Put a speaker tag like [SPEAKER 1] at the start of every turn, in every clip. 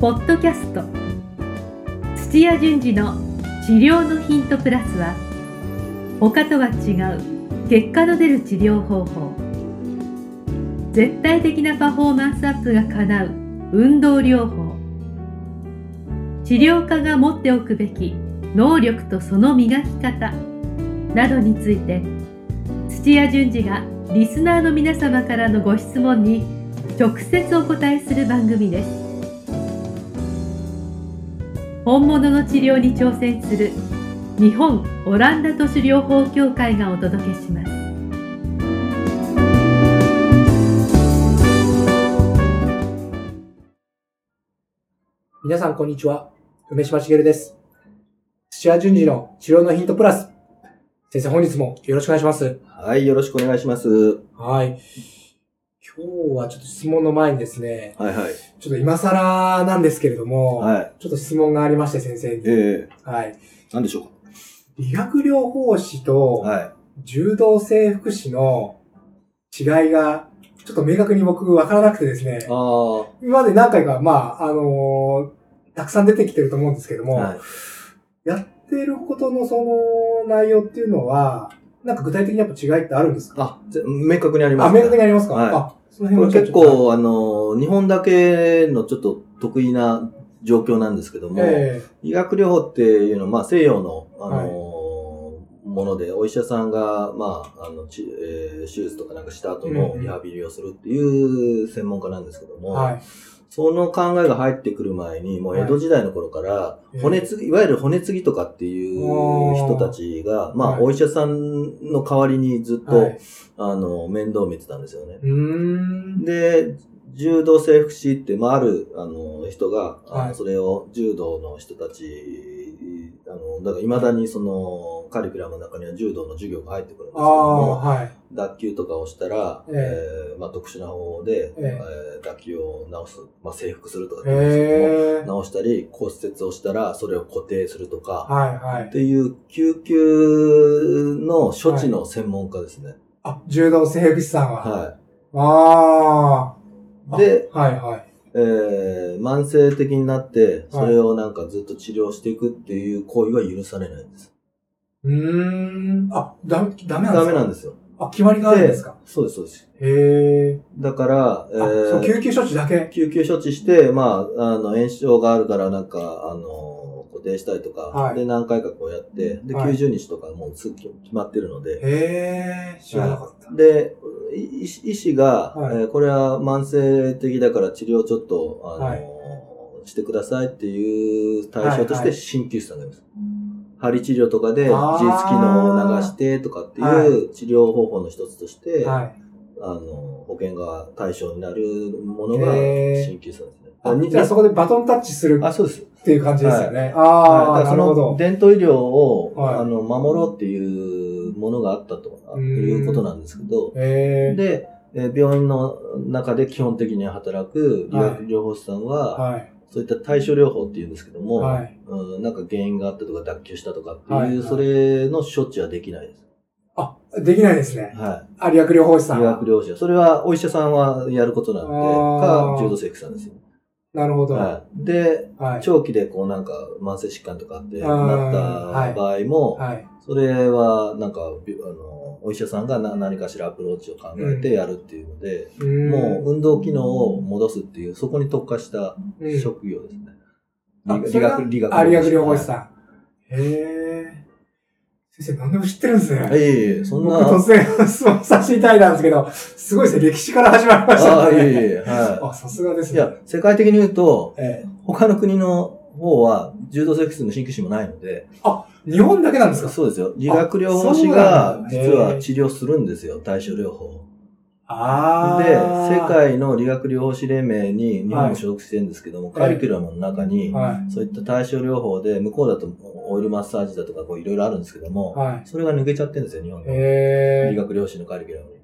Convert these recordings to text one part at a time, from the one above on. [SPEAKER 1] ポッドキャスト土屋順次の治療のヒントプラスは他とは違う結果の出る治療方法絶対的なパフォーマンスアップが叶う運動療法治療家が持っておくべき能力とその磨き方などについて土屋順次がリスナーの皆様からのご質問に直接お答えする番組です本物の治療に挑戦する日本オランダ都市療法協会がお届けします
[SPEAKER 2] 皆さん、こんにちは。梅島茂です。土屋順次の治療のヒントプラス。先生、本日もよろしくお願いします。
[SPEAKER 3] はい、よろしくお願いします。
[SPEAKER 2] はい。今日はちょっと質問の前にですね、
[SPEAKER 3] はいはい。
[SPEAKER 2] ちょっと今更なんですけれども、
[SPEAKER 3] はい。
[SPEAKER 2] ちょっと質問がありまして、先生に。
[SPEAKER 3] ええ
[SPEAKER 2] はい。
[SPEAKER 3] なんでしょう
[SPEAKER 2] 理学療法士
[SPEAKER 3] か
[SPEAKER 2] と
[SPEAKER 3] は
[SPEAKER 2] 柔道整復師の違いが、ちょっと明確に僕分からなくてですね
[SPEAKER 3] い。、あ
[SPEAKER 2] 今まで何回か、まあ、あのーたくさん出てきてると思うんですけども、
[SPEAKER 3] はい。
[SPEAKER 2] やってることのその内容っていうのは、なんか具体的にやっぱ違いってあるんですか
[SPEAKER 3] あ、ぜ明確にありま
[SPEAKER 2] あ、
[SPEAKER 3] すね。
[SPEAKER 2] 明確にありますか、
[SPEAKER 3] はい
[SPEAKER 2] あ、その
[SPEAKER 3] これ
[SPEAKER 2] 辺は
[SPEAKER 3] 結構、あの、日本だけのちょっと得意な状況なんですけども、
[SPEAKER 2] え
[SPEAKER 3] 医学療法っていうのは、まあ、西洋の、あの、もので、お医者さんが、まあ、あの、ちえー手術とかなんかした後
[SPEAKER 2] うんう
[SPEAKER 3] の
[SPEAKER 2] ん
[SPEAKER 3] リハビリをするっていう専門家なんですけど
[SPEAKER 2] え
[SPEAKER 3] も、
[SPEAKER 2] はい。
[SPEAKER 3] その考えが入ってくる前に、もう江戸時代の頃から
[SPEAKER 2] い、
[SPEAKER 3] 骨継ぎ、いわゆる骨継ぎとかっていう人たちが、ま
[SPEAKER 2] は
[SPEAKER 3] あ、
[SPEAKER 2] い
[SPEAKER 3] お医者さんの代わりにずっ
[SPEAKER 2] は
[SPEAKER 3] と
[SPEAKER 2] い、、
[SPEAKER 3] あの、面倒を見てたんですよね
[SPEAKER 2] う。ーん。
[SPEAKER 3] で、柔道整復師って、まあ、ある、あの、人が、あ
[SPEAKER 2] は
[SPEAKER 3] の
[SPEAKER 2] い
[SPEAKER 3] それを柔道の人たち、あの、だから未だにその、カリキュラムの中には柔道の授業が入ってくるんですけ
[SPEAKER 2] あ
[SPEAKER 3] ど
[SPEAKER 2] あ、
[SPEAKER 3] も、
[SPEAKER 2] はい。
[SPEAKER 3] 脱臼とかをしたら、
[SPEAKER 2] え
[SPEAKER 3] え
[SPEAKER 2] え
[SPEAKER 3] ーまあ、特殊な方法で、
[SPEAKER 2] え
[SPEAKER 3] え
[SPEAKER 2] え
[SPEAKER 3] ー脱臼を治す、まあ、征服するとかって言うんですけども
[SPEAKER 2] へえ。
[SPEAKER 3] 直したり、骨折をしたらそれを固定するとか、
[SPEAKER 2] はい、はい
[SPEAKER 3] っ。ていう救急の処置の専門家ですね。
[SPEAKER 2] あ、柔道整復師さんは。
[SPEAKER 3] は
[SPEAKER 2] ああ。
[SPEAKER 3] い。で、
[SPEAKER 2] あ、はい、はい。
[SPEAKER 3] えー慢性的になって、それをなんかずっと治療していくっていう行為は許されないんです。
[SPEAKER 2] うーん。あ、だ、ダメなんですか
[SPEAKER 3] ダメなん
[SPEAKER 2] す。
[SPEAKER 3] ですよ。
[SPEAKER 2] あ、決まりがあるんですか
[SPEAKER 3] そうです、そうです。
[SPEAKER 2] へえ。
[SPEAKER 3] だから、え
[SPEAKER 2] あ、そう、
[SPEAKER 3] ー
[SPEAKER 2] 救急処置だけ。
[SPEAKER 3] 救急処置して、まあ、あの、炎症があるからなんか、あの、固定したりとか、
[SPEAKER 2] はい
[SPEAKER 3] で、何回かこうやって、で、
[SPEAKER 2] はい
[SPEAKER 3] 90日とかもうすぐ決まってるので、
[SPEAKER 2] へえ。知らなかった。
[SPEAKER 3] で、い医師医師が、
[SPEAKER 2] はい
[SPEAKER 3] えーこれは慢性的だから治療ちょっと、あのー
[SPEAKER 2] は
[SPEAKER 3] してくださいっていう対象とし
[SPEAKER 2] はいは
[SPEAKER 3] て
[SPEAKER 2] い
[SPEAKER 3] 鍼灸師さんがいます。針治療とかで
[SPEAKER 2] あー
[SPEAKER 3] 自律機能を流してとかって
[SPEAKER 2] はい
[SPEAKER 3] いう治療方法の一つとして、
[SPEAKER 2] はい。
[SPEAKER 3] あのー保険が対象になるものが
[SPEAKER 2] へー
[SPEAKER 3] 鍼灸師さんですね。
[SPEAKER 2] あ
[SPEAKER 3] に
[SPEAKER 2] じゃあそこでバトンタッチする
[SPEAKER 3] あそうです。
[SPEAKER 2] っていう感じですよね。
[SPEAKER 3] は
[SPEAKER 2] ああ、
[SPEAKER 3] いだ
[SPEAKER 2] な
[SPEAKER 3] からそ
[SPEAKER 2] るほ
[SPEAKER 3] の
[SPEAKER 2] ど。
[SPEAKER 3] 伝統医療を、
[SPEAKER 2] はい
[SPEAKER 3] あの守ろうっていうものがあったと
[SPEAKER 2] うーん
[SPEAKER 3] いうことなんですけど、
[SPEAKER 2] ええ
[SPEAKER 3] で、えー病院の中で基本的に働く理学療法士さんは、
[SPEAKER 2] はい。
[SPEAKER 3] そういった対処療法っていうんですけども、
[SPEAKER 2] はい。
[SPEAKER 3] うん、なんか原因があったとか脱臼したとかっていう、
[SPEAKER 2] はいはい
[SPEAKER 3] それの処置はできないです。
[SPEAKER 2] あ、できないですね。
[SPEAKER 3] は
[SPEAKER 2] あ、理学療法士
[SPEAKER 3] い。
[SPEAKER 2] さん
[SPEAKER 3] 理学
[SPEAKER 2] は。
[SPEAKER 3] 療法士は。それはお医者さんはやることなんで、
[SPEAKER 2] あー
[SPEAKER 3] か、柔道整復さんですよ。
[SPEAKER 2] なるほど。は
[SPEAKER 3] はい。で、
[SPEAKER 2] い。はい。
[SPEAKER 3] 長期でこうなんか慢性疾患とかって
[SPEAKER 2] あー
[SPEAKER 3] なった場合も、
[SPEAKER 2] はい。
[SPEAKER 3] それはなんか、びあの、お医者さんがな何かしらアプローチを考えてやるっていうので、
[SPEAKER 2] うーん
[SPEAKER 3] もう運動機能を戻すっていう、そこに特化した
[SPEAKER 2] うん
[SPEAKER 3] 職業ですね。
[SPEAKER 2] あ
[SPEAKER 3] 理
[SPEAKER 2] そ
[SPEAKER 3] 理
[SPEAKER 2] れが
[SPEAKER 3] 学、理学。
[SPEAKER 2] あ、理学療法士さん。へえ。先生、何でも知ってるんです
[SPEAKER 3] はい。
[SPEAKER 2] ね。
[SPEAKER 3] いえいえ、そん
[SPEAKER 2] 僕
[SPEAKER 3] な。
[SPEAKER 2] 突然 質問させていただいたんですけど、すごいですね。歴史から始まりました
[SPEAKER 3] あいえい
[SPEAKER 2] ね。
[SPEAKER 3] え、は
[SPEAKER 2] あ、さすがで
[SPEAKER 3] い。
[SPEAKER 2] す
[SPEAKER 3] い
[SPEAKER 2] ね。
[SPEAKER 3] や、世界的に言うと、
[SPEAKER 2] え
[SPEAKER 3] 他の国の方は柔道セックスも鍼灸師もないので、
[SPEAKER 2] え日本だけなんですか
[SPEAKER 3] そうですよ。理学療法士
[SPEAKER 2] そうな
[SPEAKER 3] が
[SPEAKER 2] んだ
[SPEAKER 3] 実は治療するんですよ、対処療法。
[SPEAKER 2] あ
[SPEAKER 3] で、
[SPEAKER 2] あ。
[SPEAKER 3] 世界の理学療法士連盟に日本も所属してるんですけども、
[SPEAKER 2] い
[SPEAKER 3] カリキュラムの中に、
[SPEAKER 2] は
[SPEAKER 3] そういった対処療法で、向こうだとオイルマッサージだとかこういろいろあるんですけども
[SPEAKER 2] い。、はい。
[SPEAKER 3] それが抜けちゃってるんですよ、日本の。
[SPEAKER 2] へえ。
[SPEAKER 3] 理学療師のカリキュラムに。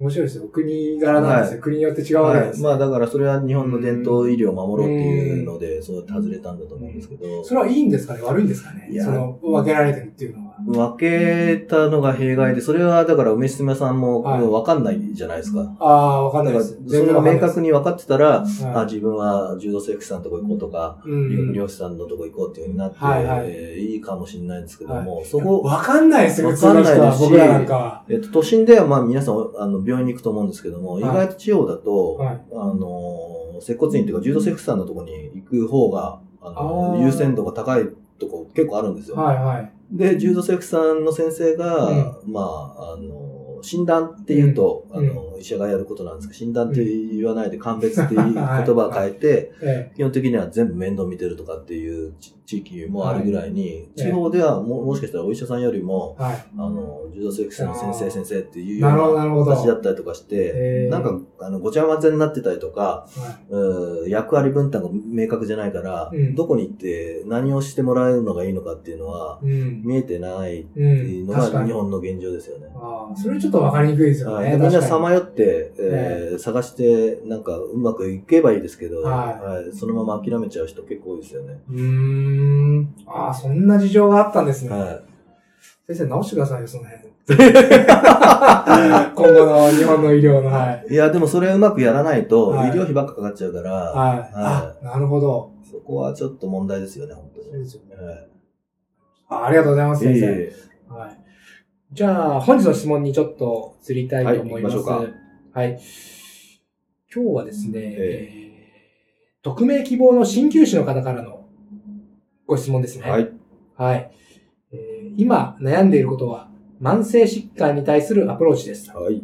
[SPEAKER 2] 面白いですよ。国柄なんですよ。国によって違うわけなんですね
[SPEAKER 3] まあだからそれは日本の伝統医療を守ろうっていうので、そう外れたんだと思うんですけど。
[SPEAKER 2] それはいいんですかね悪いんですかね
[SPEAKER 3] いや
[SPEAKER 2] その、分けられてるっていうのは。は。
[SPEAKER 3] 分けたのが弊害で、それはだから梅島さんも
[SPEAKER 2] はい
[SPEAKER 3] もう分かんないじゃないですか。
[SPEAKER 2] ああ、わかん
[SPEAKER 3] だ
[SPEAKER 2] ない
[SPEAKER 3] か
[SPEAKER 2] で
[SPEAKER 3] ら、
[SPEAKER 2] す
[SPEAKER 3] そ。れが明確
[SPEAKER 2] に。
[SPEAKER 3] に分かってたら、
[SPEAKER 2] はい
[SPEAKER 3] あ、自分は柔道整復師さんのとこ行こうとか、
[SPEAKER 2] うん。
[SPEAKER 3] 漁師さんのとこ行こうっていうふうになって、
[SPEAKER 2] はいはい
[SPEAKER 3] えーいいかもしれないんですけども、そこ、
[SPEAKER 2] わかんないですよ、普
[SPEAKER 3] わ
[SPEAKER 2] 通
[SPEAKER 3] かん
[SPEAKER 2] の
[SPEAKER 3] ないです
[SPEAKER 2] 人
[SPEAKER 3] し
[SPEAKER 2] は。僕らなんか。
[SPEAKER 3] えっと、都心ではまあ皆さん、あの、病院に行くと思うんですけども、
[SPEAKER 2] はい
[SPEAKER 3] 意外と地方だと、
[SPEAKER 2] はい
[SPEAKER 3] あのー、接骨院というか、柔道整復師さんのとこに行く方が、あの
[SPEAKER 2] あ
[SPEAKER 3] ー
[SPEAKER 2] ー
[SPEAKER 3] 優先度が高いとこ結構あるんですよ。
[SPEAKER 2] はいはい。
[SPEAKER 3] で、柔道整復師さんの先生が、まあ、あのー、診断って言うと、
[SPEAKER 2] うん
[SPEAKER 3] あのー、医者がやることなんですけど、診断って言わないで、鑑別ってい う言葉を変えて、
[SPEAKER 2] え
[SPEAKER 3] 基本的には全部面倒見てるとかっていう地地域もあるぐらいに、
[SPEAKER 2] ええ
[SPEAKER 3] 地方ではももしかしたらお医者さんよりも、
[SPEAKER 2] え。はい。
[SPEAKER 3] あの、柔道整復師の先
[SPEAKER 2] あ
[SPEAKER 3] 生
[SPEAKER 2] ー
[SPEAKER 3] 先生っていうよ
[SPEAKER 2] なるほど、
[SPEAKER 3] う
[SPEAKER 2] なるほ
[SPEAKER 3] な
[SPEAKER 2] ど。
[SPEAKER 3] 形だったりとかして、
[SPEAKER 2] えー
[SPEAKER 3] なんか、あの、ごちゃ混ぜになってたりと
[SPEAKER 2] は
[SPEAKER 3] か、うん役割分担が明確じゃないから、
[SPEAKER 2] うん。
[SPEAKER 3] どこに行って何をしてもらえるのがいいのかっていうのはい
[SPEAKER 2] うん。
[SPEAKER 3] 見えてないっ
[SPEAKER 2] う
[SPEAKER 3] ていうの
[SPEAKER 2] 確
[SPEAKER 3] が
[SPEAKER 2] か
[SPEAKER 3] 日
[SPEAKER 2] に。
[SPEAKER 3] 本の現状ですよね。
[SPEAKER 2] ああ、それちょっとわかりにくいですよ
[SPEAKER 3] は
[SPEAKER 2] ね。
[SPEAKER 3] い、でみんな
[SPEAKER 2] 確か
[SPEAKER 3] さ
[SPEAKER 2] に
[SPEAKER 3] まよって、えー探して、なんかうまくいけばいいですけど、
[SPEAKER 2] は
[SPEAKER 3] はいそのまま諦めちゃう人結構多いですよね。
[SPEAKER 2] うーん。ああ、そんな事情があったんですね。
[SPEAKER 3] は
[SPEAKER 2] 先生、直してくださいよ、その辺。 今後の日本の医療の、はい。
[SPEAKER 3] い、いや、でもそれうまくやらないと、
[SPEAKER 2] はい
[SPEAKER 3] 医療費ばっかかかっちゃうから、
[SPEAKER 2] はい。あ
[SPEAKER 3] は、
[SPEAKER 2] なるほど。
[SPEAKER 3] そこはちょっと問題ですよね、本当に。
[SPEAKER 2] ですよね
[SPEAKER 3] は
[SPEAKER 2] あありがとうございます、
[SPEAKER 3] い
[SPEAKER 2] 先
[SPEAKER 3] いえい
[SPEAKER 2] 生。
[SPEAKER 3] え
[SPEAKER 2] はい。じゃあ、本日の質問にちょっと移りたいと思います。
[SPEAKER 3] はい行きましょ
[SPEAKER 2] はい。今日はですね、
[SPEAKER 3] え
[SPEAKER 2] えー匿名希望の鍼灸師の方からのご質問ですね。
[SPEAKER 3] はい。
[SPEAKER 2] はい。えー今悩んでいることは、慢性疾患に対するアプローチです。
[SPEAKER 3] はい。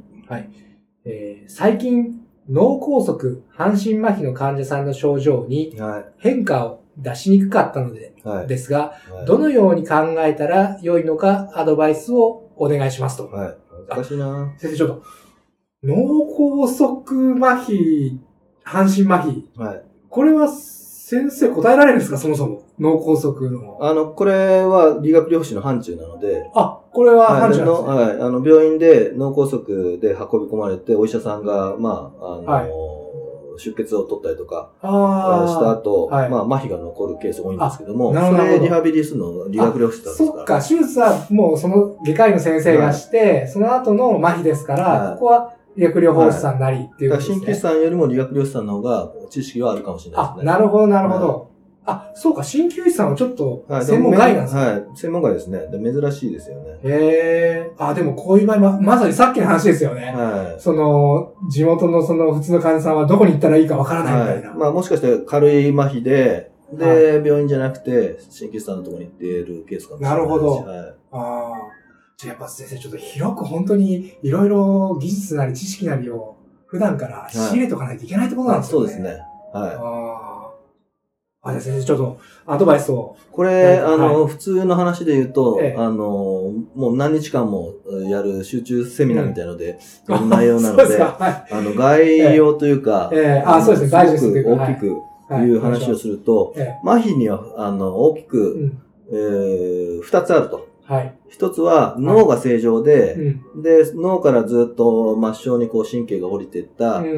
[SPEAKER 2] えー最近、脳梗塞、半身麻痺の患者さんの症状に
[SPEAKER 3] は
[SPEAKER 2] 変化を出しにくかったので、
[SPEAKER 3] い。はい。
[SPEAKER 2] ですが、
[SPEAKER 3] はい
[SPEAKER 2] どのように考えたら良いのかアドバイスをお願いしますと。
[SPEAKER 3] はい。難しいな
[SPEAKER 2] 先生、ちょっと、脳梗塞麻痺、半身麻痺。
[SPEAKER 3] はい。
[SPEAKER 2] これは先生答えられるんですかそもそも。脳梗塞の。
[SPEAKER 3] あの、これは理学療法士の範疇なので、
[SPEAKER 2] あ、これは
[SPEAKER 3] はい
[SPEAKER 2] 範疇なんです
[SPEAKER 3] の
[SPEAKER 2] ね。
[SPEAKER 3] はい、あの病院で脳梗塞で運び込まれて、お医者さんが、まあ、あの、
[SPEAKER 2] はい
[SPEAKER 3] 出血を取ったりとか、
[SPEAKER 2] ああ。
[SPEAKER 3] した後、
[SPEAKER 2] はい
[SPEAKER 3] まあ、麻痺が残るケース多いんですけども、
[SPEAKER 2] あなるほ
[SPEAKER 3] そ
[SPEAKER 2] ど
[SPEAKER 3] れリハビリするの理学療法士さんです
[SPEAKER 2] そ
[SPEAKER 3] か
[SPEAKER 2] っ
[SPEAKER 3] ら。
[SPEAKER 2] か、手術はもうその外科医の先生がして、その後の麻痺ですから、
[SPEAKER 3] はい
[SPEAKER 2] ここは医薬療法士さんなりってい
[SPEAKER 3] だ
[SPEAKER 2] う
[SPEAKER 3] か
[SPEAKER 2] こ
[SPEAKER 3] ら
[SPEAKER 2] とですね。
[SPEAKER 3] 神経師さんよりも理学療法士さんの方が知識はあるかもしれない
[SPEAKER 2] あ
[SPEAKER 3] で、すね。
[SPEAKER 2] なるほど、なるほど。あ、そうか、鍼灸師さんはちょっと
[SPEAKER 3] はい
[SPEAKER 2] 専門外なんですね。
[SPEAKER 3] はい。専門外ですね。で珍しいですよね。
[SPEAKER 2] へえ。あ、でもこういう場合ま、まさにさっきの話ですよね。
[SPEAKER 3] はい。
[SPEAKER 2] その、地元のその普通の患者さんはどこに行ったらいいかわからないみたいな。
[SPEAKER 3] まあ、もしかして軽い麻痺で、で、
[SPEAKER 2] は
[SPEAKER 3] 病院じゃなくて、神経師さんのところに行っているケースかもしれない
[SPEAKER 2] なるほど
[SPEAKER 3] はい。
[SPEAKER 2] ああ。じゃあやっぱ先生、ちょっと広く本当にいろいろ技術なり知識なりを普段から仕入れとかないといけないってことなんです
[SPEAKER 3] そ
[SPEAKER 2] よ
[SPEAKER 3] う
[SPEAKER 2] ね。
[SPEAKER 3] ですね。はい。
[SPEAKER 2] ああ。あ、じゃあ先生、ちょっとアドバイスを。
[SPEAKER 3] これ、
[SPEAKER 2] はい
[SPEAKER 3] あの、普通の話で言うと、
[SPEAKER 2] ええ
[SPEAKER 3] あの、もう何日間もえーやる集中セミナーみたいので、やる内容な の
[SPEAKER 2] そうです
[SPEAKER 3] で、
[SPEAKER 2] か。はい。
[SPEAKER 3] あの、概要というか、
[SPEAKER 2] ええあそうですね
[SPEAKER 3] あの
[SPEAKER 2] ダイジェストという
[SPEAKER 3] ごく
[SPEAKER 2] か
[SPEAKER 3] 大きくいう話をすると、
[SPEAKER 2] ええ
[SPEAKER 3] 麻痺には、あの、大き
[SPEAKER 2] う
[SPEAKER 3] く、
[SPEAKER 2] ん。
[SPEAKER 3] えー二つあると。
[SPEAKER 2] はい。
[SPEAKER 3] 一つは、脳が正常
[SPEAKER 2] う
[SPEAKER 3] で、
[SPEAKER 2] ん。
[SPEAKER 3] で、脳からずっと末梢にこう神経が降りていった、
[SPEAKER 2] うん。
[SPEAKER 3] え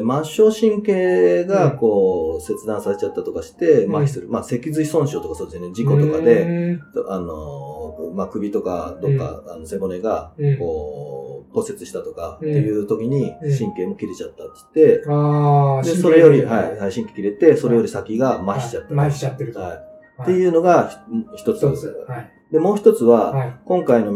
[SPEAKER 3] ー末梢神経がこう、切断されちゃったとかして、
[SPEAKER 2] うん
[SPEAKER 3] 麻痺する。まあ、脊髄損傷とかそうですね、事故とかで、
[SPEAKER 2] うん。
[SPEAKER 3] あのー、まあ、首とか、どっか、あの背骨が、
[SPEAKER 2] うん
[SPEAKER 3] こう、骨折したとか、って
[SPEAKER 2] うん
[SPEAKER 3] いう時に
[SPEAKER 2] うん、
[SPEAKER 3] 神経も切れちゃったっつって、
[SPEAKER 2] ああ、
[SPEAKER 3] で、
[SPEAKER 2] 神経
[SPEAKER 3] それより、
[SPEAKER 2] が
[SPEAKER 3] はい、はい神経切れて、それより先が麻痺しちゃった。
[SPEAKER 2] 麻痺しちゃってると。
[SPEAKER 3] はい。
[SPEAKER 2] は
[SPEAKER 3] っていうのが、ひ一つ
[SPEAKER 2] 一つ。はい。
[SPEAKER 3] で、もう一つは、
[SPEAKER 2] はい。
[SPEAKER 3] 今回の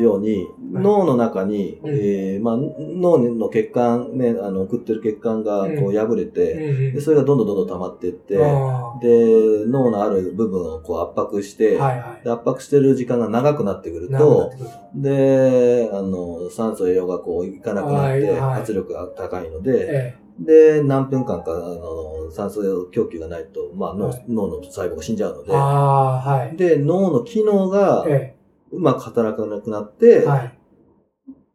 [SPEAKER 3] ように、脳の中に、
[SPEAKER 2] うん
[SPEAKER 3] えーまあ、脳の血管、ね、あの、送ってる血管が、こ
[SPEAKER 2] う
[SPEAKER 3] う、破れ
[SPEAKER 2] うん
[SPEAKER 3] て、
[SPEAKER 2] うん
[SPEAKER 3] で、それがどんどんどんどん溜まっていって、
[SPEAKER 2] あ
[SPEAKER 3] で、脳のある部分をこう圧迫し
[SPEAKER 2] ー
[SPEAKER 3] て、
[SPEAKER 2] はいはい。
[SPEAKER 3] で圧迫してる時間が長くなってくる
[SPEAKER 2] なるほ
[SPEAKER 3] と
[SPEAKER 2] ど、
[SPEAKER 3] で、あの、酸素栄養がこういかなくなっ
[SPEAKER 2] はい
[SPEAKER 3] て、
[SPEAKER 2] はい
[SPEAKER 3] 圧力が高いので、
[SPEAKER 2] え
[SPEAKER 3] で、何分間か、あの、酸素供給がないと、まあ、脳
[SPEAKER 2] はい
[SPEAKER 3] 脳の細胞が死んじゃう
[SPEAKER 2] え。あ
[SPEAKER 3] の
[SPEAKER 2] あ、はい。
[SPEAKER 3] で、で、脳の機能が
[SPEAKER 2] え
[SPEAKER 3] うまく働かなくなって
[SPEAKER 2] え。、はい。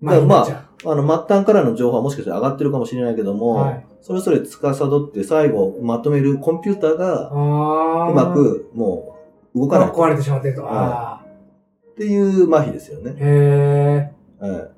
[SPEAKER 3] だからまあ
[SPEAKER 2] 麻痺になっちゃ
[SPEAKER 3] あの、末端からの情報はもしかしたら上がってるかもしれないけど
[SPEAKER 2] うは
[SPEAKER 3] も
[SPEAKER 2] い、。
[SPEAKER 3] それぞれ司って最後まとめるコンピューター
[SPEAKER 2] あ
[SPEAKER 3] が
[SPEAKER 2] あ。
[SPEAKER 3] うまくもう動かない
[SPEAKER 2] 壊れてしまってると。
[SPEAKER 3] はい
[SPEAKER 2] ああ。
[SPEAKER 3] っていう麻痺ですよね。
[SPEAKER 2] へえ。
[SPEAKER 3] はい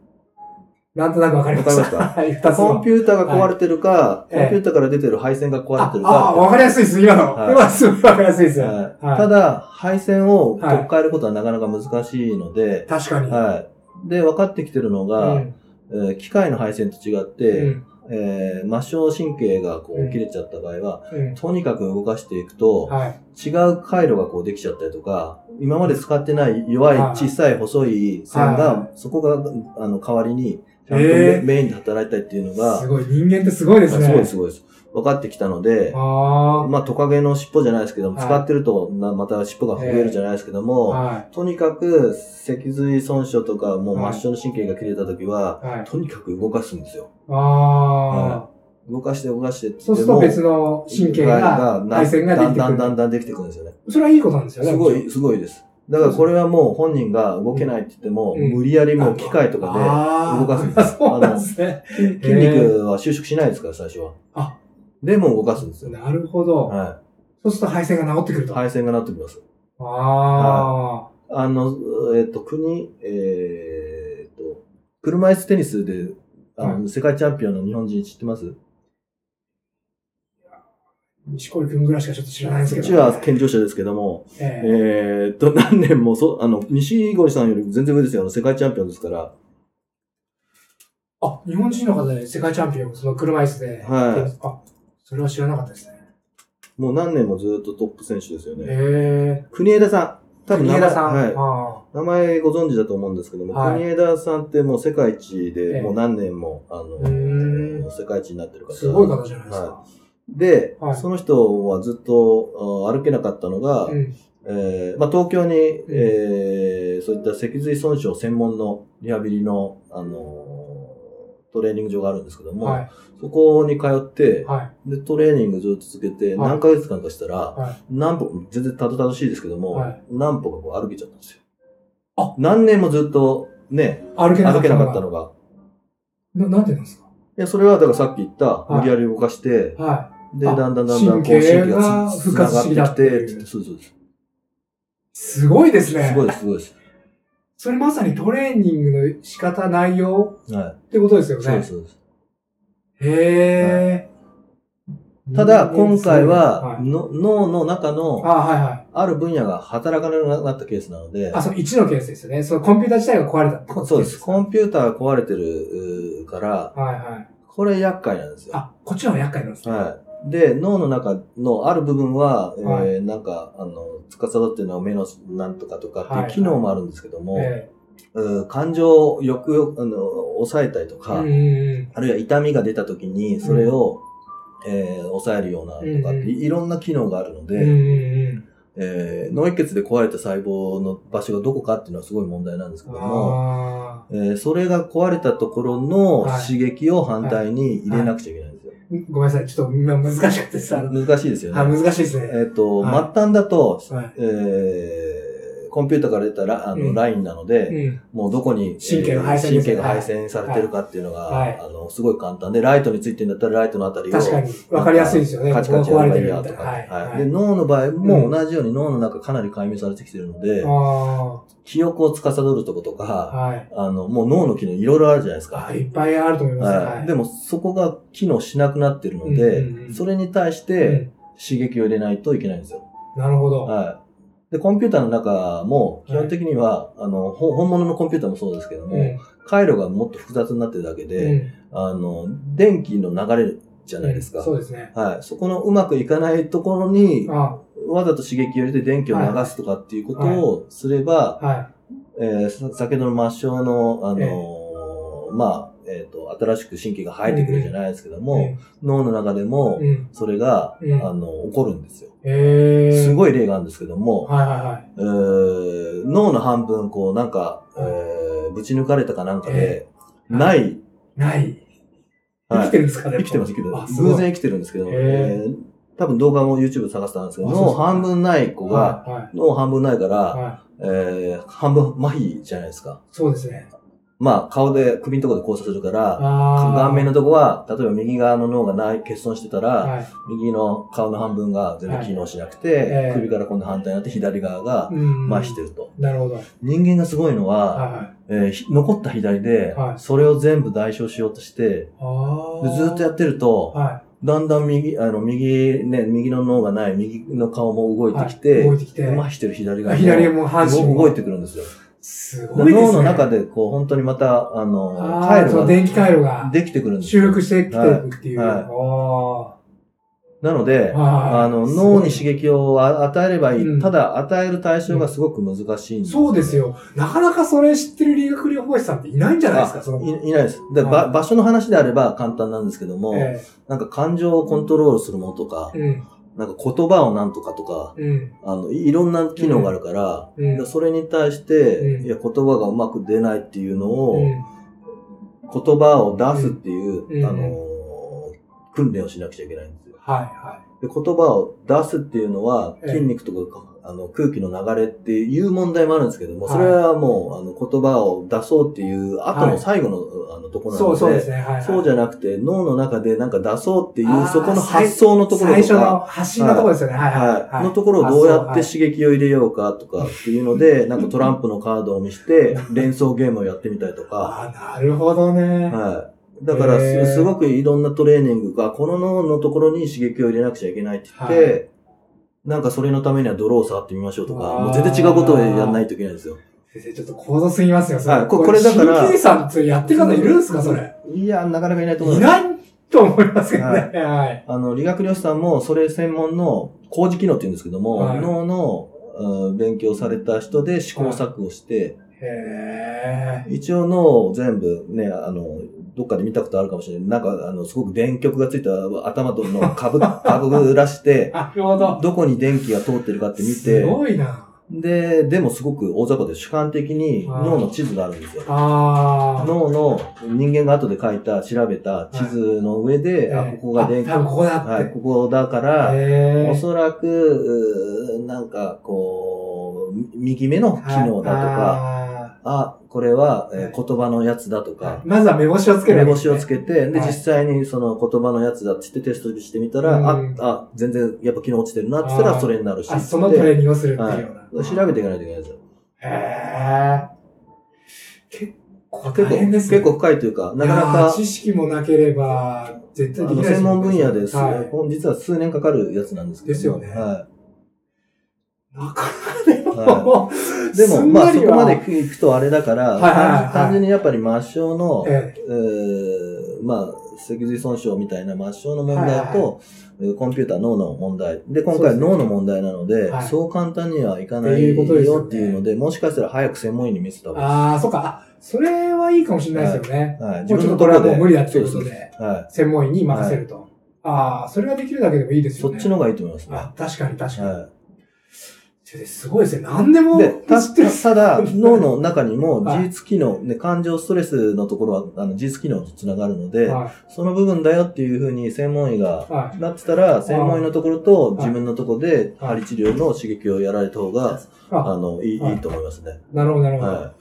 [SPEAKER 2] なんとなくわかりました。
[SPEAKER 3] わ
[SPEAKER 2] はい、二つ
[SPEAKER 3] コン
[SPEAKER 2] の。
[SPEAKER 3] ピューターが壊れてるか、
[SPEAKER 2] はいええ
[SPEAKER 3] コンピューターから出てる配線が壊れ
[SPEAKER 2] あ
[SPEAKER 3] てる
[SPEAKER 2] あ、わ
[SPEAKER 3] か
[SPEAKER 2] かりやすいです、今の。
[SPEAKER 3] はい
[SPEAKER 2] 今すごいわかりやすいです。
[SPEAKER 3] みたいなはい
[SPEAKER 2] はい
[SPEAKER 3] ただ、配線を取っ換えることはなかなか難しいので、
[SPEAKER 2] 確かに。
[SPEAKER 3] はい。で、分かってきてるのが、
[SPEAKER 2] うん
[SPEAKER 3] えー機械の配線と違って、
[SPEAKER 2] うん
[SPEAKER 3] えー末梢神経がこ
[SPEAKER 2] う
[SPEAKER 3] うん切れちゃった場合は、
[SPEAKER 2] うん
[SPEAKER 3] とにかく動かしていくと、
[SPEAKER 2] はい。
[SPEAKER 3] 違う回路がこうできちゃったりとか、今まで使ってない弱い
[SPEAKER 2] はい
[SPEAKER 3] 小さい細い線
[SPEAKER 2] は
[SPEAKER 3] が、そこが、あの、代わりに、ちゃんと
[SPEAKER 2] へ
[SPEAKER 3] メ
[SPEAKER 2] え
[SPEAKER 3] メインで働いたいっていうのが、
[SPEAKER 2] すごい、人間ってすごいですね。
[SPEAKER 3] あごいすごいです。分かってきたので、
[SPEAKER 2] あ
[SPEAKER 3] まあトカゲの尻尾じゃないですけども、
[SPEAKER 2] はい
[SPEAKER 3] 使ってるとなまた尻尾が増えるじゃないですけど
[SPEAKER 2] あ。
[SPEAKER 3] も、
[SPEAKER 2] は
[SPEAKER 3] とにかく脊髄損傷とか、も
[SPEAKER 2] は
[SPEAKER 3] う
[SPEAKER 2] い
[SPEAKER 3] 末梢の神経が切れた時は、
[SPEAKER 2] い。はい。
[SPEAKER 3] とにかく動かすんですよ。
[SPEAKER 2] ああ。
[SPEAKER 3] 動かして動かしてって
[SPEAKER 2] そうすると別の神経が、
[SPEAKER 3] な
[SPEAKER 2] 配線ができて
[SPEAKER 3] だんだ
[SPEAKER 2] く
[SPEAKER 3] んだん
[SPEAKER 2] る。
[SPEAKER 3] だんできてくるんですよね。
[SPEAKER 2] それはいいことなんですよね。
[SPEAKER 3] すごい、すごいです。だからこれはもう本人が動けないって言っても、
[SPEAKER 2] うん
[SPEAKER 3] 無理やりもう機械とか
[SPEAKER 2] 動
[SPEAKER 3] 動かすんで す
[SPEAKER 2] そうなんですね。
[SPEAKER 3] で、筋筋肉は収縮しないですから、最初は。
[SPEAKER 2] あ
[SPEAKER 3] でも動かすんですよ。
[SPEAKER 2] なるほど。
[SPEAKER 3] は
[SPEAKER 2] そうすると配線が治ってくる
[SPEAKER 3] い。
[SPEAKER 2] と。
[SPEAKER 3] 配線がなってきます。
[SPEAKER 2] あ
[SPEAKER 3] あの、えっ、と、国、えっ、と、車椅子テニスで、あの、
[SPEAKER 2] は
[SPEAKER 3] 世界チャンピオンの日本人知ってます
[SPEAKER 2] あ。西堀くんぐらいしかちょっと知らないんですけ
[SPEAKER 3] う
[SPEAKER 2] ど。
[SPEAKER 3] ちは健常者ですけども、
[SPEAKER 2] ええ
[SPEAKER 3] えっと、 何年も、そあの、西堀さんより全然上ですよ。あの世界チャンピオンですから。
[SPEAKER 2] あ、日本人の方で世界チャンピオン、その車椅子で。
[SPEAKER 3] はい
[SPEAKER 2] あ、それは知らなかったですね。
[SPEAKER 3] もう何年もずっとトップ選手ですよね。
[SPEAKER 2] ええ。
[SPEAKER 3] 国枝さん。多分名
[SPEAKER 2] 国枝
[SPEAKER 3] 前
[SPEAKER 2] さん。
[SPEAKER 3] はい。
[SPEAKER 2] あ
[SPEAKER 3] 名前ご存知だと思うんですけども、
[SPEAKER 2] はい
[SPEAKER 3] 国枝さんってもう世界一
[SPEAKER 2] ええ
[SPEAKER 3] で、もう何年も、あ
[SPEAKER 2] うー
[SPEAKER 3] の、世界一になってる
[SPEAKER 2] あ
[SPEAKER 3] 方。
[SPEAKER 2] すごい方じゃないですか。
[SPEAKER 3] で、
[SPEAKER 2] はい
[SPEAKER 3] その人はずっとあ歩けなかったのが、
[SPEAKER 2] うん。
[SPEAKER 3] えーまあ、東京に、えーそういった脊髄損傷専門のリハビリの、あのートレーニング場があるんですけども、
[SPEAKER 2] はい。
[SPEAKER 3] そこに通って、
[SPEAKER 2] はい。
[SPEAKER 3] で、トレーニングずっと続けて、
[SPEAKER 2] はい
[SPEAKER 3] 何ヶ月間かしたら、
[SPEAKER 2] はい
[SPEAKER 3] 何歩、全然たどたどしいですけども、
[SPEAKER 2] はい
[SPEAKER 3] 何歩かこう歩けちゃったんですよ。
[SPEAKER 2] あ
[SPEAKER 3] 何年もずっとね、
[SPEAKER 2] 歩けなか
[SPEAKER 3] 歩
[SPEAKER 2] っ
[SPEAKER 3] け
[SPEAKER 2] た
[SPEAKER 3] な
[SPEAKER 2] のが。
[SPEAKER 3] かったのが。
[SPEAKER 2] ななんて言うんですか
[SPEAKER 3] いや、それはだからさっき言った、
[SPEAKER 2] い
[SPEAKER 3] 無理やり動かして、
[SPEAKER 2] はい。
[SPEAKER 3] で、
[SPEAKER 2] あ
[SPEAKER 3] だんだんだんだんこう
[SPEAKER 2] 神経が
[SPEAKER 3] つ
[SPEAKER 2] 復活してきたっていう
[SPEAKER 3] つながってきてそうそうです。
[SPEAKER 2] すごいですね。
[SPEAKER 3] すごいです、すごいです。
[SPEAKER 2] それまさにトレーニングの仕方、内容
[SPEAKER 3] は
[SPEAKER 2] ってことですよ
[SPEAKER 3] い。そうで
[SPEAKER 2] ね。
[SPEAKER 3] す、そうです。
[SPEAKER 2] へー。
[SPEAKER 3] ただ、今回は、
[SPEAKER 2] はい
[SPEAKER 3] の脳の中
[SPEAKER 2] あ、
[SPEAKER 3] の、
[SPEAKER 2] はいはい。
[SPEAKER 3] ある分野が働かなくなったケースなので
[SPEAKER 2] あ、、その1のケースですよね。そのコンピューター自体が壊れたってこと
[SPEAKER 3] そうです。
[SPEAKER 2] はい
[SPEAKER 3] コンピューターが壊れてるうーから、
[SPEAKER 2] はい。
[SPEAKER 3] これ厄介なんですよ。
[SPEAKER 2] あ、こっちの方が厄介なんですね。
[SPEAKER 3] はい。で、脳の中のある部分は、
[SPEAKER 2] は
[SPEAKER 3] えーなんか、あの、司ってるのは目のなんとかとかって
[SPEAKER 2] はい
[SPEAKER 3] いう機能もあるんですけども、
[SPEAKER 2] え
[SPEAKER 3] うん感情をよく、あの、抑えたりと
[SPEAKER 2] えう
[SPEAKER 3] か、
[SPEAKER 2] んうん
[SPEAKER 3] あるいは痛みが出た時に、それを、えー抑えるようなとかって、
[SPEAKER 2] うんうん
[SPEAKER 3] いろんな機能があるので、
[SPEAKER 2] うん。うんうん
[SPEAKER 3] えー脳一血で壊れた細胞の場所がどこかっていうのはすごい問題なんですけ
[SPEAKER 2] うん。
[SPEAKER 3] ども、
[SPEAKER 2] あ
[SPEAKER 3] えーそれが壊れたところの
[SPEAKER 2] はい
[SPEAKER 3] 刺激を反対に入れなくちゃいけないんですよ。
[SPEAKER 2] ーごめんなさい。ちょっと今難しかったです。あの
[SPEAKER 3] 難しいですよね。
[SPEAKER 2] あ難しいです
[SPEAKER 3] えっ
[SPEAKER 2] ね。、
[SPEAKER 3] と、
[SPEAKER 2] はい
[SPEAKER 3] 末端だと、
[SPEAKER 2] はい
[SPEAKER 3] えーコンピューターから出たら、あの、
[SPEAKER 2] うん
[SPEAKER 3] ラインなので、
[SPEAKER 2] うん。
[SPEAKER 3] もうどこに、
[SPEAKER 2] 神経の配線ですね
[SPEAKER 3] えー神経が配線されてるかっていうのが、
[SPEAKER 2] はいはい
[SPEAKER 3] あの、すごい簡単で、ライトについてんだったらライトのあたりを、
[SPEAKER 2] 確かに。わかりやすいですよね。
[SPEAKER 3] カチカチや
[SPEAKER 2] ここが
[SPEAKER 3] れ
[SPEAKER 2] 壊
[SPEAKER 3] ば
[SPEAKER 2] れて
[SPEAKER 3] いい
[SPEAKER 2] る
[SPEAKER 3] や
[SPEAKER 2] みた
[SPEAKER 3] と
[SPEAKER 2] いな。
[SPEAKER 3] か。
[SPEAKER 2] はい。
[SPEAKER 3] で、
[SPEAKER 2] はい
[SPEAKER 3] 脳の場合も同じように脳の中かなり解明されてきてるので、
[SPEAKER 2] あ
[SPEAKER 3] 記憶を司るとこと
[SPEAKER 2] あ。
[SPEAKER 3] か、
[SPEAKER 2] はい。
[SPEAKER 3] あの、もう脳の機能いろいろあるじゃないですか。
[SPEAKER 2] あいっぱいあると思います。
[SPEAKER 3] はいでも、そこが機能しなくなってるので、
[SPEAKER 2] うんうんうん
[SPEAKER 3] それに対し
[SPEAKER 2] う
[SPEAKER 3] て
[SPEAKER 2] ん
[SPEAKER 3] 刺激を入れないといけないんですよ。
[SPEAKER 2] なるほど。
[SPEAKER 3] はい。で、コンピューターの中も、基本的には、あの、ほ本物のコンピューターもそうですけども、
[SPEAKER 2] うん
[SPEAKER 3] 回路がもっと複雑になってるだけ
[SPEAKER 2] う
[SPEAKER 3] で、
[SPEAKER 2] ん
[SPEAKER 3] あの、電気の流れじゃないですか。
[SPEAKER 2] そうですね。
[SPEAKER 3] はい。そこのうまくいかないところに、
[SPEAKER 2] あ
[SPEAKER 3] わざと刺激を入れて電気を流すとかっていうことをすれば、
[SPEAKER 2] は
[SPEAKER 3] えーさ先ほどの末梢の、あのー
[SPEAKER 2] え
[SPEAKER 3] まあ、えっ、と、新しく神経が生えてくるじゃないですけど
[SPEAKER 2] い。
[SPEAKER 3] も、脳の中で
[SPEAKER 2] う
[SPEAKER 3] も
[SPEAKER 2] ん、うん。
[SPEAKER 3] それが、
[SPEAKER 2] うん
[SPEAKER 3] あの、起こるんですよ。
[SPEAKER 2] ええ。
[SPEAKER 3] す
[SPEAKER 2] い。
[SPEAKER 3] ごい例があるんですけども、
[SPEAKER 2] はいはいはい。
[SPEAKER 3] えー脳の半分、こう、なんか、えーぶち抜かれたかなんかで、
[SPEAKER 2] ええ
[SPEAKER 3] ない、
[SPEAKER 2] ない。生
[SPEAKER 3] はい
[SPEAKER 2] きてるんですかね
[SPEAKER 3] 生きてます、生きてま
[SPEAKER 2] あ、
[SPEAKER 3] す。
[SPEAKER 2] すごい。
[SPEAKER 3] 偶然生きてるんですけど、
[SPEAKER 2] へえ
[SPEAKER 3] えー多分動画も YouTube 探したんですけど、
[SPEAKER 2] あそうで
[SPEAKER 3] 脳
[SPEAKER 2] すか
[SPEAKER 3] 半分ない子が、
[SPEAKER 2] はい。
[SPEAKER 3] 脳半分ないから、
[SPEAKER 2] はい。はい。
[SPEAKER 3] えー半分麻痺じゃないですか。
[SPEAKER 2] そうですね。
[SPEAKER 3] まあ、顔で、首のところで交差するから、
[SPEAKER 2] あー
[SPEAKER 3] 顔面のとこは、例えば右側の脳がない、欠損してたら、
[SPEAKER 2] はい。
[SPEAKER 3] 右の顔の半分が全部機能しなくて、
[SPEAKER 2] ええ
[SPEAKER 3] 首から今度反対になって左側が
[SPEAKER 2] うん
[SPEAKER 3] 麻痺してると。
[SPEAKER 2] なるほど。はい
[SPEAKER 3] 人間がすごいのは、
[SPEAKER 2] はい。
[SPEAKER 3] えーひ残った左で
[SPEAKER 2] は、い
[SPEAKER 3] それを全部代償しようとして、
[SPEAKER 2] あ
[SPEAKER 3] でずーっとやってると、
[SPEAKER 2] は
[SPEAKER 3] だんだん右、あの、右ね、右の脳がない、右の顔も動
[SPEAKER 2] い。
[SPEAKER 3] いてきて、
[SPEAKER 2] 動いてきて。
[SPEAKER 3] 麻痺してる左側
[SPEAKER 2] 左も半身も
[SPEAKER 3] 動いてくるんですよ。
[SPEAKER 2] すごいですね。
[SPEAKER 3] 脳の中で、こう、本当にまた、あの、
[SPEAKER 2] あーその電気回路が
[SPEAKER 3] できてくるんです
[SPEAKER 2] 修
[SPEAKER 3] よ
[SPEAKER 2] 復してきていくっていう。
[SPEAKER 3] はいはいなので、
[SPEAKER 2] あ
[SPEAKER 3] あの、脳に刺激をあ与えればいい。
[SPEAKER 2] うん
[SPEAKER 3] ただ、与える対象がすごく難しいんです、
[SPEAKER 2] そうです。よ。なかなかそれ知ってる理学療法士さんっていないんじゃないですか、その。
[SPEAKER 3] いいないです。で、ば
[SPEAKER 2] はい
[SPEAKER 3] 場所の話であれば簡単なんですけども、
[SPEAKER 2] え
[SPEAKER 3] なんか感情をコントロールするものとか
[SPEAKER 2] え、うん、
[SPEAKER 3] なんか言葉をなんとかとか、
[SPEAKER 2] うん、
[SPEAKER 3] あの、いいろんな機能があるから、
[SPEAKER 2] うん
[SPEAKER 3] でそれに対して、
[SPEAKER 2] うん
[SPEAKER 3] いや、言葉がうまく出ないっていうのを、
[SPEAKER 2] うん。
[SPEAKER 3] 言葉を出すっていう、
[SPEAKER 2] うん
[SPEAKER 3] あのー訓練をしなくちゃいけないんですよ。
[SPEAKER 2] はい、は
[SPEAKER 3] で言葉を出すっていうのは、
[SPEAKER 2] ええ
[SPEAKER 3] 筋肉とか、あの空気の流れっていう問題もあるんですけども、
[SPEAKER 2] はい
[SPEAKER 3] それはもう、あの、言葉を出そうっていう後
[SPEAKER 2] は
[SPEAKER 3] の
[SPEAKER 2] い
[SPEAKER 3] 最後の、あの、とこ
[SPEAKER 2] い。
[SPEAKER 3] ろな
[SPEAKER 2] そ
[SPEAKER 3] の
[SPEAKER 2] う
[SPEAKER 3] で、
[SPEAKER 2] そうですね、はい、はい。
[SPEAKER 3] そうじゃなくて、脳の中でなんか出そうってい
[SPEAKER 2] あー
[SPEAKER 3] う、そこの
[SPEAKER 2] 最
[SPEAKER 3] 発想のところ
[SPEAKER 2] 最
[SPEAKER 3] と
[SPEAKER 2] 初の
[SPEAKER 3] か、
[SPEAKER 2] 発信のところですよね、はい、はい。
[SPEAKER 3] はい。のところをどうやって刺激を入れようかとかっていうので、なんかトランプのカードを見して、連想ゲームをやってみたりとか、
[SPEAKER 2] あそうはいあー、なるほどね。
[SPEAKER 3] はい。だから
[SPEAKER 2] へー
[SPEAKER 3] す、すごくいろんなトレーニングが、この脳のところに刺激を入れなくちゃいけないって言って、
[SPEAKER 2] は
[SPEAKER 3] なんかそれのためには泥を触ってみましょうとか、
[SPEAKER 2] あー
[SPEAKER 3] もう全然違うことをやらないといけないんですよ。
[SPEAKER 2] 先生、ちょっと構造すぎますよ、そ
[SPEAKER 3] はいここれだから
[SPEAKER 2] 神経さん、それやってる方いるんですか、それ。
[SPEAKER 3] いや、なかなかいないと思
[SPEAKER 2] い
[SPEAKER 3] います。
[SPEAKER 2] ないと思いますけどね。はい。
[SPEAKER 3] あの、理学療師さんも、それ専門の工事機能って言うんですけども、
[SPEAKER 2] はい
[SPEAKER 3] 脳の、うん勉強された人で試行錯誤して、
[SPEAKER 2] へ
[SPEAKER 3] 一応脳を全部ね、あの、どっかで見たことあるかもしれない。なんか、あの、すごく電極がついた頭との かぶ、かぶらして
[SPEAKER 2] ー。、なるほど。
[SPEAKER 3] どこに電気が通ってるかって見
[SPEAKER 2] す
[SPEAKER 3] て、
[SPEAKER 2] ごいな。
[SPEAKER 3] で、でもすごく大雑把で主観的に
[SPEAKER 2] はい
[SPEAKER 3] 脳の地図があるんですよ。
[SPEAKER 2] あー。
[SPEAKER 3] 脳の人間が後で書いた、調べた地図の上で、
[SPEAKER 2] え
[SPEAKER 3] あ、
[SPEAKER 2] ー
[SPEAKER 3] ここが電気、
[SPEAKER 2] あ多分ここだって。
[SPEAKER 3] はい、ここだから、
[SPEAKER 2] へ
[SPEAKER 3] お
[SPEAKER 2] ー
[SPEAKER 3] そらく、うーなんか、こう、み右目の機能だとか、
[SPEAKER 2] か。
[SPEAKER 3] あ、これは、えー
[SPEAKER 2] はい
[SPEAKER 3] 言葉のやつだとか、
[SPEAKER 2] まずは目星をつける
[SPEAKER 3] 目
[SPEAKER 2] わけです
[SPEAKER 3] 星
[SPEAKER 2] ね。
[SPEAKER 3] をつけて、で、
[SPEAKER 2] はい
[SPEAKER 3] 実際にその言葉のやつだって言ってテストしてみたら、あ
[SPEAKER 2] うん、
[SPEAKER 3] あ、全然やっぱ機能落ちてるなって言った
[SPEAKER 2] あ
[SPEAKER 3] ら
[SPEAKER 2] ー
[SPEAKER 3] それになるし。
[SPEAKER 2] あ、そのトレーニングをするって
[SPEAKER 3] はいいう
[SPEAKER 2] ような。
[SPEAKER 3] 調べていかないといけないですよ。
[SPEAKER 2] へー。結構
[SPEAKER 3] 結
[SPEAKER 2] 大
[SPEAKER 3] 構、
[SPEAKER 2] 変ですね。
[SPEAKER 3] 結構深いというか、なかない
[SPEAKER 2] やー
[SPEAKER 3] か、
[SPEAKER 2] 知識もなければ、絶
[SPEAKER 3] あ
[SPEAKER 2] 対できないで
[SPEAKER 3] の
[SPEAKER 2] す
[SPEAKER 3] 専
[SPEAKER 2] も
[SPEAKER 3] 門
[SPEAKER 2] んね
[SPEAKER 3] 分野です、
[SPEAKER 2] はい
[SPEAKER 3] ほん実は数年かかるやつなんですけど。
[SPEAKER 2] ですよね
[SPEAKER 3] は
[SPEAKER 2] なかなか
[SPEAKER 3] い。
[SPEAKER 2] で
[SPEAKER 3] は
[SPEAKER 2] も、
[SPEAKER 3] い、でも、まあ、そこまで
[SPEAKER 2] い
[SPEAKER 3] 行くとあれだから、
[SPEAKER 2] はいはいはいはい
[SPEAKER 3] 単単純にやっぱり末梢の、
[SPEAKER 2] え
[SPEAKER 3] えーまあ、脊髄損傷みたいな末梢の問題
[SPEAKER 2] はい
[SPEAKER 3] と、えーコンピューター脳の問題。で、今
[SPEAKER 2] そうですね
[SPEAKER 3] 回脳の問題なので、
[SPEAKER 2] はい
[SPEAKER 3] そう簡単にはいか
[SPEAKER 2] っ
[SPEAKER 3] な
[SPEAKER 2] て
[SPEAKER 3] い
[SPEAKER 2] いう
[SPEAKER 3] よ
[SPEAKER 2] ことですよね
[SPEAKER 3] っていうので、もしかしたら早く専門医に見せた方
[SPEAKER 2] え
[SPEAKER 3] が
[SPEAKER 2] ああ、そっか。あそれはいいかもしれないですよね。
[SPEAKER 3] はい。
[SPEAKER 2] もうちょっとこれはもう無理だって
[SPEAKER 3] そ
[SPEAKER 2] いうう
[SPEAKER 3] で
[SPEAKER 2] こ
[SPEAKER 3] す
[SPEAKER 2] と
[SPEAKER 3] ね。
[SPEAKER 2] で、
[SPEAKER 3] は
[SPEAKER 2] 専門医に任せると。ああ、それができるだけでもいいで
[SPEAKER 3] い。
[SPEAKER 2] すよ
[SPEAKER 3] そっ
[SPEAKER 2] ね。
[SPEAKER 3] ちの方がいいと思いますね。
[SPEAKER 2] あ、確かに確かに。
[SPEAKER 3] はい。
[SPEAKER 2] 先生すごいですね。何でも
[SPEAKER 3] で、た
[SPEAKER 2] 知ってます。
[SPEAKER 3] ただ、脳の中にも
[SPEAKER 2] はい
[SPEAKER 3] 自律機能、ね、感情、ストレスのところは、あの、自律機能とつながるので、
[SPEAKER 2] は
[SPEAKER 3] その部分だよっていうふうに専門医が
[SPEAKER 2] い。はい。
[SPEAKER 3] なってたら、専門医のところと自分のところで、
[SPEAKER 2] はい
[SPEAKER 3] 針治療の刺激をやられた方が、
[SPEAKER 2] あ、
[SPEAKER 3] あの、いい,、
[SPEAKER 2] はい
[SPEAKER 3] い、いと思いますね。
[SPEAKER 2] なるほど、なるほど。
[SPEAKER 3] はい。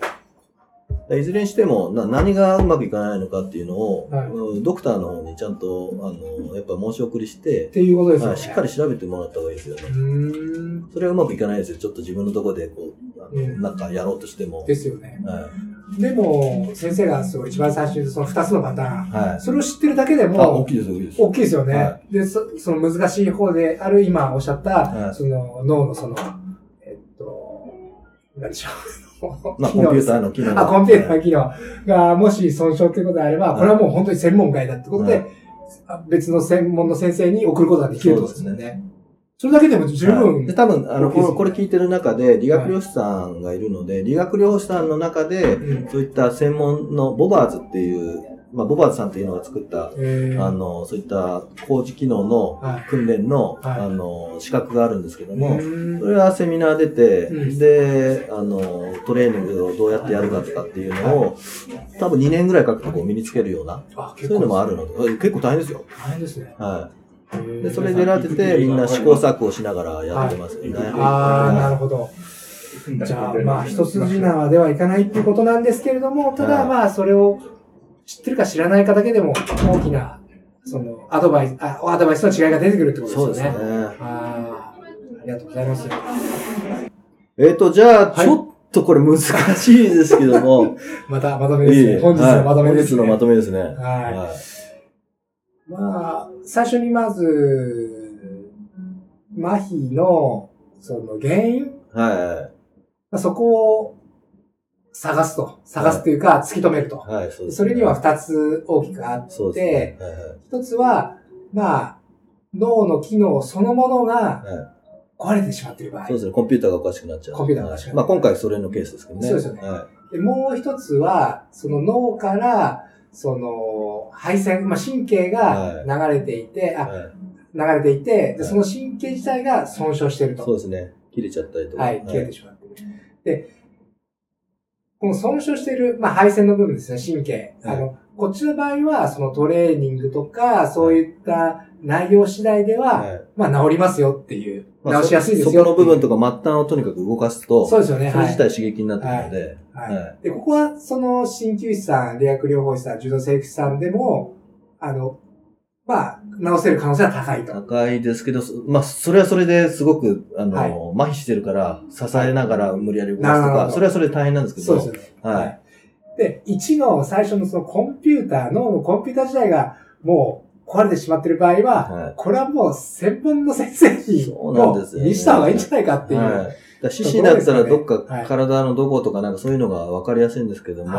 [SPEAKER 3] いずれにしてもな、何がうまくいかないのかっていうのを、
[SPEAKER 2] はい
[SPEAKER 3] うんドクターの方にちゃんと、あの、やっぱ申し送りして
[SPEAKER 2] っ、ていうことですよ
[SPEAKER 3] は
[SPEAKER 2] ね。
[SPEAKER 3] い、しっかり調べてもらった方がいいですよね
[SPEAKER 2] う。ーん。
[SPEAKER 3] それはうまくいかないですよ。ちょっと自分のところで、こう、あの
[SPEAKER 2] うん
[SPEAKER 3] なんかやろうとしても。
[SPEAKER 2] ですよね。
[SPEAKER 3] は
[SPEAKER 2] でも、先生がそう一番最初にその二つのパターン、
[SPEAKER 3] い。はい。
[SPEAKER 2] それを知ってるだけで
[SPEAKER 3] あ、大
[SPEAKER 2] も、
[SPEAKER 3] きいです、大きいです。
[SPEAKER 2] 大きいですよね。
[SPEAKER 3] は
[SPEAKER 2] でそ、その難しい方である、今おっしゃった、
[SPEAKER 3] はい
[SPEAKER 2] その脳のその、えっと、何でしょう。
[SPEAKER 3] まあ、コンピューターの機能
[SPEAKER 2] あ、コンピューター
[SPEAKER 3] は
[SPEAKER 2] の機能が、もし損傷ということであれば、
[SPEAKER 3] はい
[SPEAKER 2] これはもう本当に専門外だってことで、
[SPEAKER 3] は
[SPEAKER 2] 別の専門の先生に送ることができるってことですもん
[SPEAKER 3] そう
[SPEAKER 2] ね。それだけでも十
[SPEAKER 3] は
[SPEAKER 2] 分。
[SPEAKER 3] いで、多分、あの、
[SPEAKER 2] 大きい
[SPEAKER 3] こ
[SPEAKER 2] です
[SPEAKER 3] のこれ聞いてる中で、理学療師さんがいるので、理学療師さんの中で、
[SPEAKER 2] うん
[SPEAKER 3] そういった専門の、ボバーズっていう、まあ、ボバーズさんっていうのが作った、
[SPEAKER 2] えー
[SPEAKER 3] あの、そういった工事機能の
[SPEAKER 2] はい
[SPEAKER 3] 訓練の、
[SPEAKER 2] はい
[SPEAKER 3] あの、資格があるんですけど
[SPEAKER 2] う
[SPEAKER 3] も、
[SPEAKER 2] ん
[SPEAKER 3] それはセミナー出て
[SPEAKER 2] う、ん
[SPEAKER 3] で、あの、トレーニングをどうやってやるかとかっていうのを、多分2年ぐらいかけてこう身につけるような、
[SPEAKER 2] あ、
[SPEAKER 3] そう
[SPEAKER 2] 結
[SPEAKER 3] いうのも
[SPEAKER 2] 構
[SPEAKER 3] あるので、結構大変ですよ。
[SPEAKER 2] 大変ですね。
[SPEAKER 3] は
[SPEAKER 2] へー
[SPEAKER 3] い。で、それでられてて、みんな試行錯誤しながらやってますよね。
[SPEAKER 2] ああ、なるほど。
[SPEAKER 4] んだ
[SPEAKER 2] じゃあ、
[SPEAKER 4] みたいな
[SPEAKER 2] まあ、一筋縄ではいかないっていうことなんですけれども、た
[SPEAKER 3] は
[SPEAKER 2] だ
[SPEAKER 3] い
[SPEAKER 2] まあ、それを知ってるか知らないかだけでも、大きな、その、アドバイス、あアドバイスの違いが出てくるってことですよ
[SPEAKER 3] そう
[SPEAKER 2] ね。
[SPEAKER 3] ですね。
[SPEAKER 2] あーありがとうございます。
[SPEAKER 3] えっ、と、じゃあ、
[SPEAKER 2] はい
[SPEAKER 3] ちょっとこれ難しいですけども、
[SPEAKER 2] また、まとめ
[SPEAKER 3] い
[SPEAKER 2] で
[SPEAKER 3] え
[SPEAKER 2] す
[SPEAKER 3] い
[SPEAKER 2] ね。
[SPEAKER 3] え
[SPEAKER 2] 本日のまとめです、ね。
[SPEAKER 3] はい本日のまとめですね。
[SPEAKER 2] はい
[SPEAKER 3] はい
[SPEAKER 2] まあ、最初にまず、麻痺の、その原因、
[SPEAKER 3] は
[SPEAKER 2] まあそこを探すと。探すというか、突き止めると。
[SPEAKER 3] い。はい。そうですね
[SPEAKER 2] それには、二つ大きくあって、
[SPEAKER 3] そうですね。はい
[SPEAKER 2] 一つは、まあ、脳の機能そのものが
[SPEAKER 3] はい
[SPEAKER 2] 壊れてしまっている場合。
[SPEAKER 3] そうですね。コンピューターがおかしくなっちゃう。
[SPEAKER 2] コンピューターがおかしくなっちゃう
[SPEAKER 3] まあ今回それのケースですけどね。
[SPEAKER 2] そうですよね
[SPEAKER 3] は
[SPEAKER 2] でもう一つは、その脳から、その、配線、まあ、神経が流れていて、
[SPEAKER 3] い。
[SPEAKER 2] あ、
[SPEAKER 3] はい
[SPEAKER 2] 流れていて、で
[SPEAKER 3] はい
[SPEAKER 2] その神経自体が損傷している
[SPEAKER 3] そう
[SPEAKER 2] と。
[SPEAKER 3] ですね。切れちゃったりとか。
[SPEAKER 2] はい、切れてしまっている。で、この損傷している、まあ、配線の部分ですね、神経。
[SPEAKER 3] はい
[SPEAKER 2] あの、こっちの場合は、そのトレーニングとか、そういった内容次第では、
[SPEAKER 3] はい
[SPEAKER 2] まあ、治りますよっていう、
[SPEAKER 3] まあ
[SPEAKER 2] 治しやすいですよ
[SPEAKER 3] そそこの部分とか末端をとにかく動かすと、
[SPEAKER 2] そうですよね。
[SPEAKER 3] それ自
[SPEAKER 2] はい
[SPEAKER 3] 体刺激になってくるので、
[SPEAKER 2] はい
[SPEAKER 3] は
[SPEAKER 2] で、ここは、その、鍼灸師さん、理学療法士さん、柔道整復師さんでも、あの、まあ、治せる可能性は高いと。
[SPEAKER 3] 高いですけど、そまあ、それはそれですごく、あの、
[SPEAKER 2] はい
[SPEAKER 3] 麻痺してるから、支えながら無理やり動かすと
[SPEAKER 2] なるほ
[SPEAKER 3] か、
[SPEAKER 2] ど
[SPEAKER 3] それはそれで大変なんですけど、
[SPEAKER 2] そうですよね。
[SPEAKER 3] は
[SPEAKER 2] はい
[SPEAKER 3] い。
[SPEAKER 2] で、1の最初のそのコンピューター、脳のコンピューター自体がもう壊れてしまっている場合は、
[SPEAKER 3] は
[SPEAKER 2] これはもう専門の先生に
[SPEAKER 3] そうなんですよね
[SPEAKER 2] もう見した方がいいんじゃないかって
[SPEAKER 3] い。
[SPEAKER 2] いう。
[SPEAKER 3] はい。だ
[SPEAKER 2] は
[SPEAKER 3] から四肢だったらどっ
[SPEAKER 2] ところですよねは
[SPEAKER 3] か
[SPEAKER 2] い
[SPEAKER 3] 体のどことかなんかそういうのがわかりやすいんですけど
[SPEAKER 2] い。
[SPEAKER 3] も、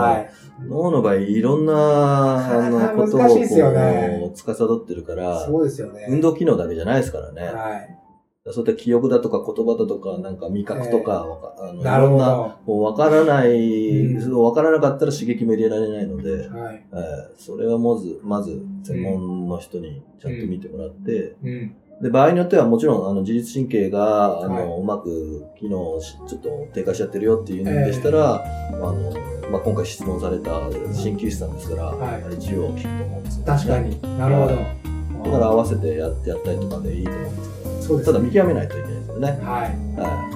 [SPEAKER 3] 脳の場合いろんな、
[SPEAKER 2] な
[SPEAKER 3] あの、
[SPEAKER 2] かなか
[SPEAKER 3] こと を
[SPEAKER 2] 難しいですよね
[SPEAKER 3] こう、司ってるから、
[SPEAKER 2] そうですよね。
[SPEAKER 3] 運動機能だけじゃないですからね。
[SPEAKER 2] はい。
[SPEAKER 3] そういった記憶だとか言葉だとか、なんか味覚とか、わかあのい
[SPEAKER 2] なる
[SPEAKER 3] ろ
[SPEAKER 2] ほ
[SPEAKER 3] ん
[SPEAKER 2] ど。
[SPEAKER 3] な、
[SPEAKER 2] は
[SPEAKER 3] もうわからない、
[SPEAKER 2] うん
[SPEAKER 3] そうわからなかったら刺激も入れられないので、
[SPEAKER 2] い。
[SPEAKER 3] えーそれはまず、まず、専門の人にちゃんと見てもらって、
[SPEAKER 2] うん。
[SPEAKER 3] で、場合によってはもちろん、あの、自律神経が、あの、
[SPEAKER 2] はいう
[SPEAKER 3] まく機能し、ちょっと低下しちゃってるよっていうんでしたら、あの、まあ、今回質問された鍼灸師さんですから、
[SPEAKER 2] はい
[SPEAKER 3] 一応聞くと思うんですよね
[SPEAKER 2] 確か。に。なるほど。
[SPEAKER 3] だから合わせてやってやったりとかでいいと思うんですけ
[SPEAKER 2] そうで
[SPEAKER 3] ど、
[SPEAKER 2] す
[SPEAKER 3] ただ
[SPEAKER 2] ね。
[SPEAKER 3] 見極めないといけないですよね。
[SPEAKER 2] はい。
[SPEAKER 3] は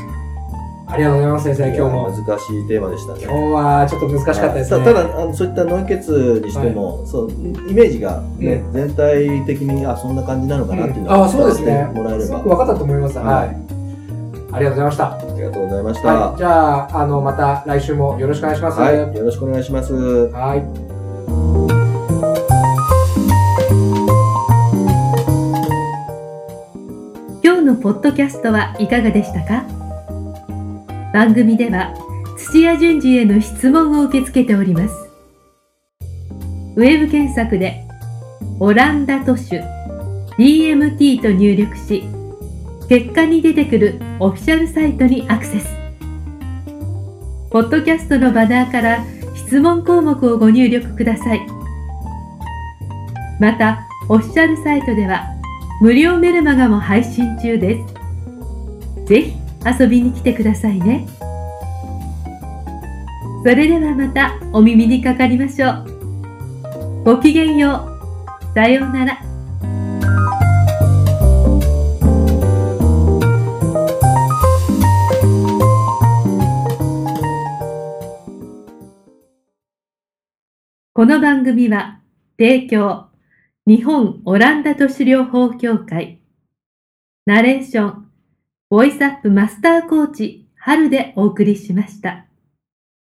[SPEAKER 2] ありがとうございます、先
[SPEAKER 3] い。
[SPEAKER 2] 生、今日も。
[SPEAKER 3] 難しいテーマでしたね。
[SPEAKER 2] 今日はちょっと難しかったですね。
[SPEAKER 3] たただあのそういった脳血にしても、そうイメージが、ね
[SPEAKER 2] う
[SPEAKER 3] 全体的にあそんな感じなのかなっていうの
[SPEAKER 2] うん
[SPEAKER 3] は
[SPEAKER 2] あそうですね
[SPEAKER 3] 伝わってもらえれ
[SPEAKER 2] すご
[SPEAKER 3] ば
[SPEAKER 2] く分かったと思います。は
[SPEAKER 3] はい
[SPEAKER 2] い。ありがとうございました。
[SPEAKER 3] ありがとうございました、
[SPEAKER 2] はい、じゃあ、あの、また来週もよろしくお願いします。
[SPEAKER 3] はい、よろしくお願いします。
[SPEAKER 2] はい
[SPEAKER 1] 今日のポッドキャストはいかがでしたか番組では土屋順次への質問を受け付けておりますウェブ検索で「オランダ都市 DMT」と入力し結果に出てくるオフィシャルサイトにアクセスポッドキャストのバナーから質問項目をご入力くださいまたオフィシャルサイトでは「無料メルマガも配信中です。ぜひ遊びに来てくださいね。それではまたお耳にかかりましょう。ごきげんよう。さようなら。この番組は提供日本オランダ都市療法協会。ナレーション、ボイスアップマスターコーチ、春でお送りしました。